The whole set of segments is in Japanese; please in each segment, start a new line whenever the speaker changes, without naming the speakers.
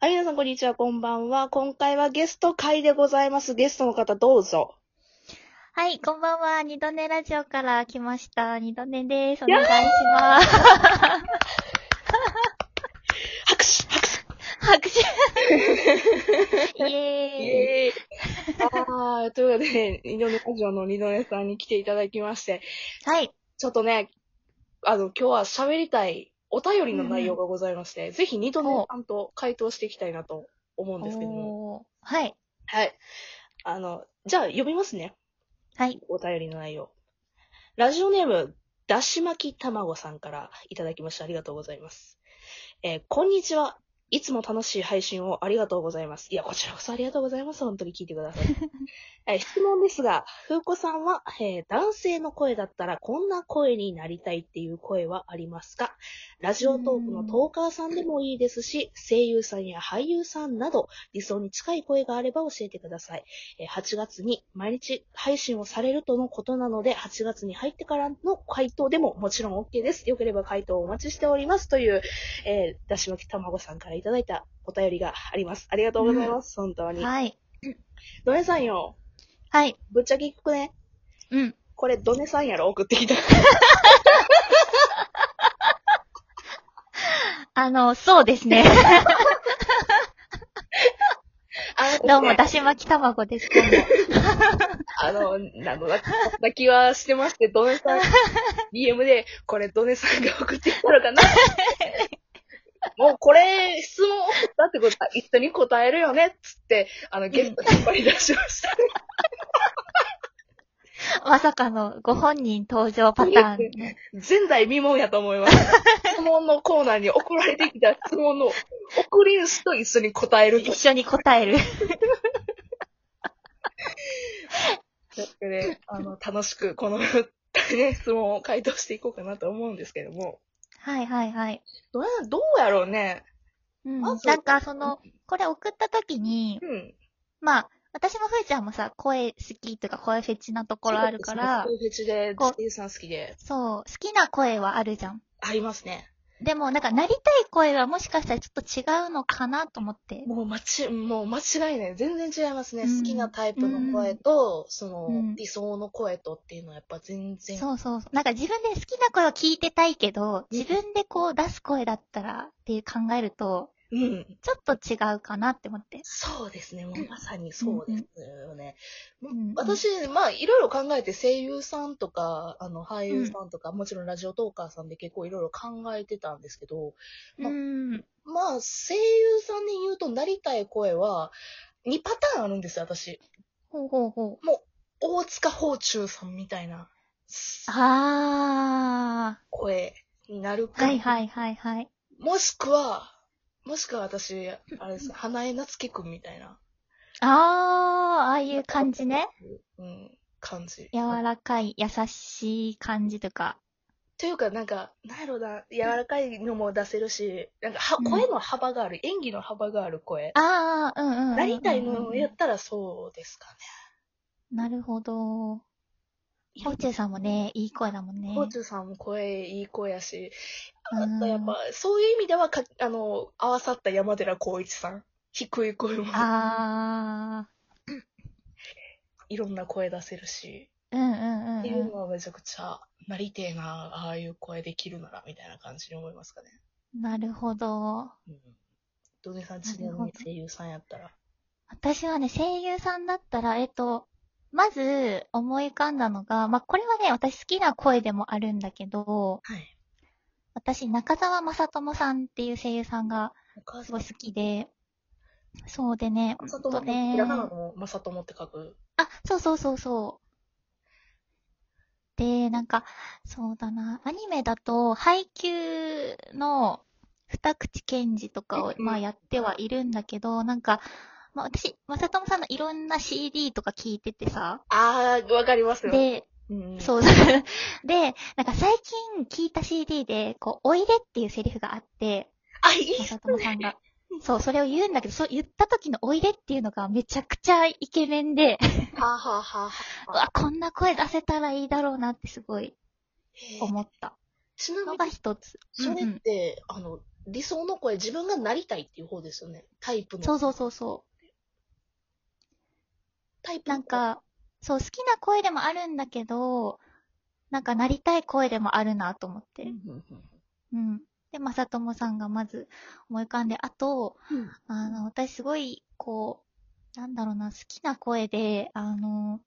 はい、皆さん、こんにちは、こんばんは。今回はゲスト会でございます。ゲストの方、どうぞ。
はい、こんばんは。二度寝ラジオから来ました。二度寝です。お願いします。
拍手拍
拍手
手
イエーイ
イエーイあー、ということで、二度寝ラジオの二度寝さんに来ていただきまして、
はい。
ちょっとね、あの、今日は喋りたいお便りの内容がございまして、ぜひ二度寝さんと回答していきたいなと思うんですけども。
おーはい。
はい。あの、じゃあ読みますね。
はい。
お便りの内容。ラジオネーム、だし巻きたまごさんからいただきましてありがとうございます。えーこんにちは。いつも楽しい配信をありがとうございます。いや、こちらこそありがとうございます。本当に聞いてください。えー質問ですが、風子さんは、えー男性の声だったらこんな声になりたいっていう声はありますかラジオトークのトーカーさんでもいいですし、声優さんや俳優さんなど、理想に近い声があれば教えてください。えー8月に毎日配信をされるとのことなので、8月に入ってからの回答でももちろん OK です。よければ回答をお待ちしております。という、えー、だし巻きたまごさんからいただいたお便りがあります。ありがとうございます。本当に。
はい。
ドネさんよ、
はい。
ぶっちゃけ聞くね。
うん。
これドネさんやろ送ってきた。
あの、そうで すね。
あ
どうも、
だ
だし巻き卵です。どうも。
あの、なのだ、泣きはしてまして、ドネ さん、DM で、これドネさんが送ってきたのかなもうこれ、質問送ったってことは、一緒に答えるよね、つって、あの、ゲストに引っ張り出しました。
まさかのご本人登場パターンね。
前代未聞やと思い ます。質問のコーナーに送られてきた質問の送り主と一緒に答えると
一。緒に 答え
と
る。
いうわけで、あの、楽しくこの、ね、質問を回答していこうかなと思うんですけども。
はいはいはい。
どうどうやろうね。
うん。
まず
なんか、その、これ送った時に、
うん。
まあ、私もふーちゃんもさ、声好きとか声フェチなところあるから、
そうですね
こう
声フェチで、声優さん好きで、
そう、好きな声はあるじゃん。
ありますね。
でも、なんか、なりたい声はもしかしたらちょっと違うのかなと思って。
もう間ち、もう間違いない。全然違いますね。
うん
好きなタイプの声と、その、
うん
理想の声とっていうのはやっぱ全然。
そうそうそう。なんか自分で好きな声を聞いてたいけど、自分でこう出す声だったらっていう考えると、
うん。
ちょっと違うかなって思って。
そうですね。もうまさにそうですよね。
んうん
もう私、まあ、いろいろ考えて声優さんとか、あの、俳優さんとか、もちろんラジオトーカーさんで結構いろいろ考えてたんですけど、
うーん。
まあ、声優さんで言うとなりたい声は、2パターンあるんですよ、私。
ほうほうほう。
大塚宝中さんみたいな
あ
声になる
ー。
か、
はいはいはいはい。
もしくは、もしくは私、あれです、花江夏樹くんみたいな、
あー、ああいう感じね。
うん、感じ。
柔らかい、優しい感じとか。
というか、なんか、なんやろな、柔らかいのも出せるし、なんかは、
うん
声の幅がある、演技の幅がある声。
あー、うんうんうんうん。
なりたいのをやったらそうですかね。
なるほど。
い
ほうちゅうさんもね、いい声だもんね。
宝中さんも声いい声やし、
う
あ
ん
とやっぱ、そういう意味ではか、あの、合わさった山寺宏一さん。低い声も、
あ
いろんな声出せるし。
ー。うんうん
っ
うん
ていう
う
のはめちゃくちゃなりてえな、ああいう声できるなら、みたいな感じに思いますかね。
ん。なるほど。
うん。ドネさん、ちな
なる
み
ほ
に
ど
声優さんやったら。
私はね、声優さんだったら、えっと、まず思い浮かんだのが、まあ、これはね、私好きな声でもあるんだけど、
はい。
私、中澤正智さんっていう声優さんが
お母
す
さ
ご
ん
い、好きで、そうでね、
まさ
ほ
と
ん
も
と
って、
ね
ひらがなのまさともって書く。
あ、そうそうそうそう。で、なんか、そうだな、アニメだと、配給の二口賢治とか
うん
を、
うん
まあやってはいるんだけど、なんか、まあ私、まさともさんのいろんな CD とか聞いててさ、
あー、わかりますよ。
で、
うん、う。
そう、 で、なんか最近聞いた CD で、こう、おいでっていうセリフがあって、
あ、いい
まさともさんが。そう、それを言うんだけど、そう言った時のおいでっていうのがめちゃくちゃイケメンで、
はあ、はあはあは
うわ、こんな声出せたらいいだろうなってすごい
へえ
思った
ちな
の
み
が
に、
一つ。
それ
う
っ
んうん
て、あの、理想の声、自分がなりたいっていう方ですよね。タイプの。
そうそうそうそ
タイ
う。
プの
なんか、そう、好きな声でもあるんだけど、なんかなりたい声でもあるなと思っ
声。
て。うん。で、まさともさんがまず思い浮かんで、あと、
うん
あの、私すごい、こう、なんだろうな、好きな声で、あの、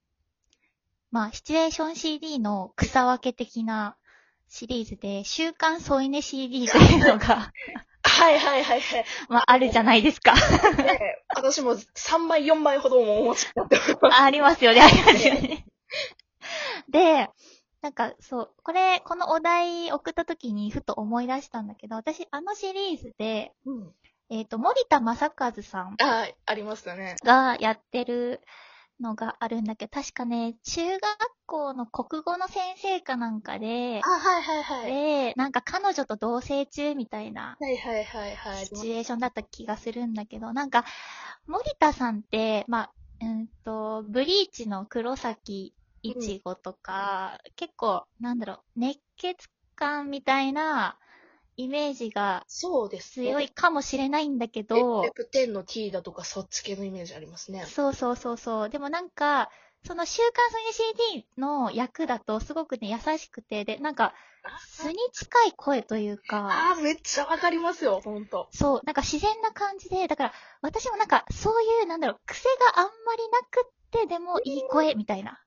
まあ、シチュエーション CD の草分け的なシリーズで、週刊添い寝 CD というのが、
はいはいはいはい。
まあ、あるじゃないですか。
ね私も3枚4枚ほどもお持ちになっております。
あありますよね、あります よね。で、なんかそう、これ、このお題送った時にふと思い出したんだけど、私、あのシリーズで、
うん、
えっ、と、森田正和さん
あありましたね。
がやってるのがあるんだけど、確かね、中学校の国語の先生かなんかで、
はいはいは。
で、なんか彼女と同棲中みたいな
はいはいはいはい。
シチュエーションだった気がするんだけど、なんか、森田さんって、まあ、うんと、ブリーチの黒崎いちごとか、結構、なんだろう、熱血感みたいなイメージが
そうですね。
強いかもしれないんだけ
レ
ど、
プテンの T だとかそっち系のイメージありますね。
そうそうそうそう。でもなんか、その週刊ソニー CD の役だとすごくね、優しくて、で、なんか、素に近い声というか、
ああ、めっちゃわかりますよ、ほんと。
そう、なんか自然な感じで、だから、私もなんか、そういう、なんだろう、癖があんまりなくって、でもいい声、みたいな。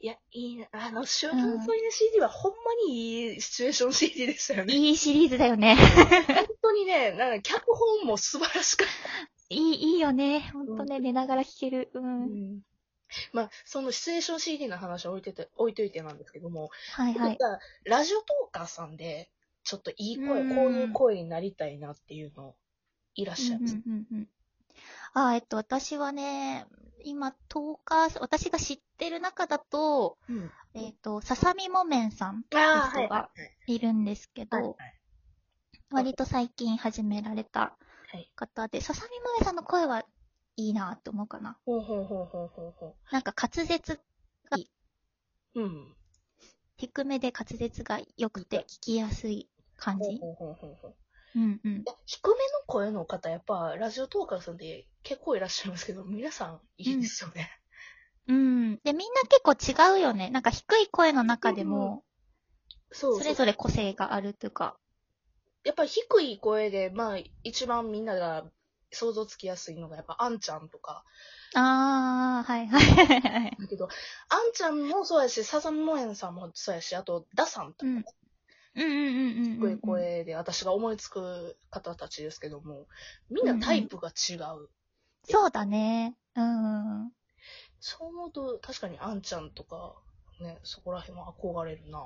いや、いいな。あの、週刊そういう CD はほんまにいいシチュエーション CD でしたよね。
いいシリーズだよね。
本当にね、なんか脚本も素晴らしかった。
いい、いいよね。ほんとね、寝ながら聴ける。
う
う。
んんまあ、そのシチュエーション CD の話は置いてて、置いといてなんですけども、
はいはい。
僕がラジオトーカーさんで、ちょっといい声、
うん
こういう声になりたいなっていうの、いらっしゃいます。
うんうんうんうんあー、えっと、私はね、今、10日、私が知ってる中だと、
うん
えっ、と、ささみもめんさん
ああ、はいい。
い人が
はい
いるんですけど、
はい
割と最近始められた
はい
方で、ささみもめさんの声はいいなって思うかな。
ほうほうほうほうほうほ。
なんか滑舌がいいう
うん。
低めで滑舌が良くて聞きやすい感
ほう
じ。
ほうほうほうほう。
うんうん
い。や低めの声の方、やっぱ、ラジオトーカーさんで結構いらっしゃいますけど、皆さん、いいですよね。
うん。で、みんな結構違うよね。なんか低い声の中でも、
そう
それぞれ個性があるというか。
やっぱり低い声で、まあ、一番みんなが想像つきやすいのが、やっぱ、あんちゃんとか。
あー、はいはい。
だけど、あんちゃんもそうやし、ささみもえんさんもそうやし、あと、ダさんとか、
うんうんうんうんうんうん、
低い声で、私が思いつく方たちですけども、みんなタイプが違う。
そうだね。うん。
そう思うと、確かにあんちゃんとか、ね、そこら辺は憧れるな。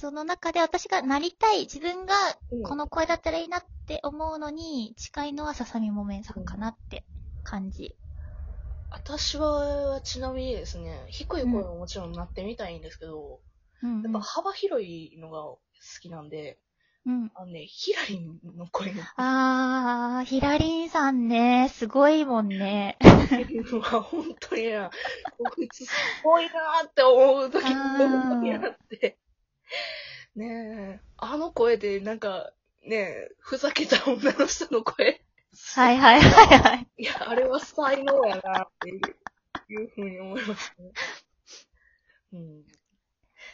その中で私がなりたい、自分が
うん
この声だったらいいなって思うのに、近いのはささみもめんさんかなって感じ。
私は、ちなみにですね、低い声ももちろんなってみたいんですけど、
うん、う
やっぱ
ん。
幅広いのが好きなんで、
うん。
あのね、ヒラリンの声の
あー、ひらりんさんね、すごいもんね。
は本当に な、こいつすごいなって思う時に、思う時あって。ねえ、あの声でなんか、ねえ、ふざけた女の人の声。
はいはいはいはい。
いや、あれは才能やなっていういうふうに思いますね。うん。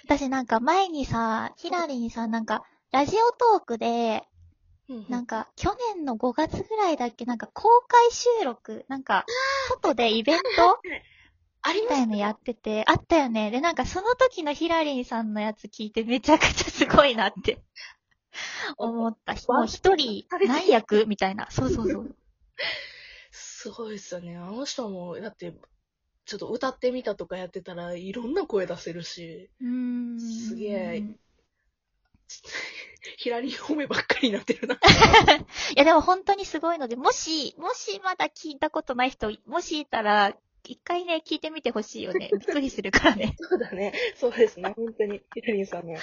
私なんか前にさ、ひらりんさんなんか、ラジオトークで、
うん
なんか、去年の5月ぐらいだっけ、なんか公開収録、なんか、外でイベント
あり
み
ま
た
す
いのやってて、あったよね。で、なんかその時のヒラリンさんのやつ聞いてめちゃくちゃすごいなって思った。もう一人何役みたいな。そうそ うそう。
すごいですよね。あの人も、だって、ちょっと歌ってみたとかやってたらいろんな声出せるし、
うーん。
すげえいヒラリン褒めばっかりになってるな。
いやでも本当にすごいので、もし、もしまだ聞いたことない人、もしいたら、一回ね、聞いてみてほしい よね。びっくりするからね。
そうだね。そうですね。本当に、ヒラリンさんも、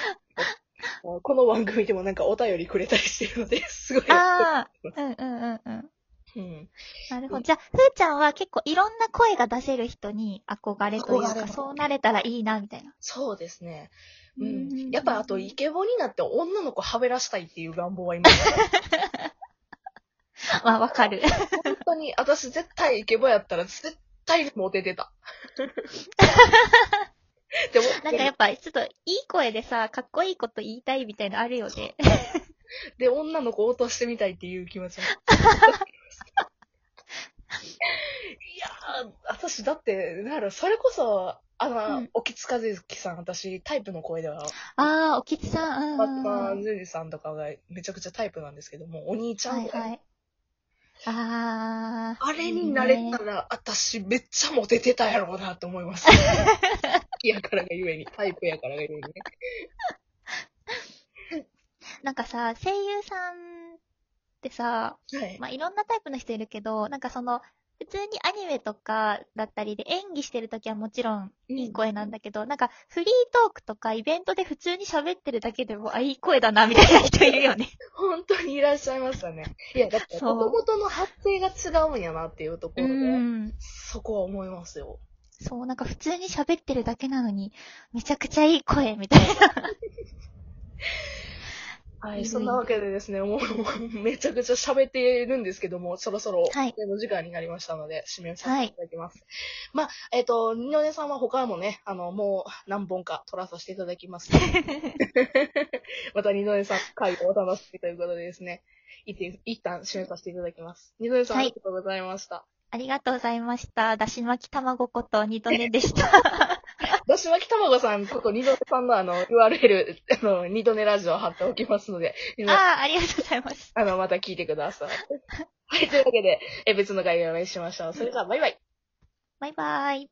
この番組でもなんかお便りくれたりしてるので、すごい。
ああ、うんうんうんうん。
うん。
なるほど。じゃあ、ふーちゃんは結構いろんな声が出せる人に憧れという
憧
か、
れ
そうなれたらいいな、みたいな。
そうですね。う
うんん。
やっぱあと、イケボになって女の子はべらしたいっていう願望は今、
まあ、わかる。
本当に、私絶対イケボやったら絶対モテて た。でも、
なんかやっぱ、ちょっと、いい声でさ、かっこいいこと言いたいみたいなのあるよね。
で、女の子を落としてみたいっていう気持 ちも。いやー、私だって、だからそれこそ、あの、
うん
沖津和樹さん、私タイプの声では、
ああ、おきつさん、
バ
うん
ッ
うん
タ
う
ン・
ん。
ズーさんとかがめちゃくちゃタイプなんですけども、お兄ちゃ
は
ん
い
ぐらい、
はい。ああ。
あれになれ
いい
た
ね
ら、私めっちゃモテてたやろうなと思い ます。好きやからがゆえに、タイプやからがゆえにね。
なんかさ、声優さんってさ、
はい。
まあ、いろんなタイプの人いるけど、なんかその、普通にアニメとかだったりで演技してるときはもちろんいい声なんだけど、なんかフリートークとかイベントで普通に喋ってるだけでも、あ、いい声だな、みたいな人いるよね。
本当にいらっしゃいましたね。いや、だって、
そう
元々の発生が違うんやなっていうとこ
う
ろで、
ん。
そこは思いますよ。
そう、なんか普通に喋ってるだけなのに、めちゃくちゃいい声、みた いな。
は
うん
い、そんなわけでですね、もう、 めちゃくちゃ喋っているんですけども、そろそろ、
はい
お時間になりましたので、締めさせていただきます。まあ、えっ、と、二の根さんは他もね、あの、もう何本か撮らさせていただきますの で。また二の根さん、会をお楽しみということでですね、一点一旦締めさせていただきます。二の根さん、
はい
ありがとうございました。
ありがとうございました。だし巻き卵こと二度寝でした。
だし巻き卵さん、こと二度寝さんのあの、URL、あの、二度寝ラジオを貼っておきますので、二度寝
ああ、ありがとうございます。
あの、また聞いてください。はい、というわけで、え別の会でお会いしましょう。それでは、バイバイ。
バイバイ。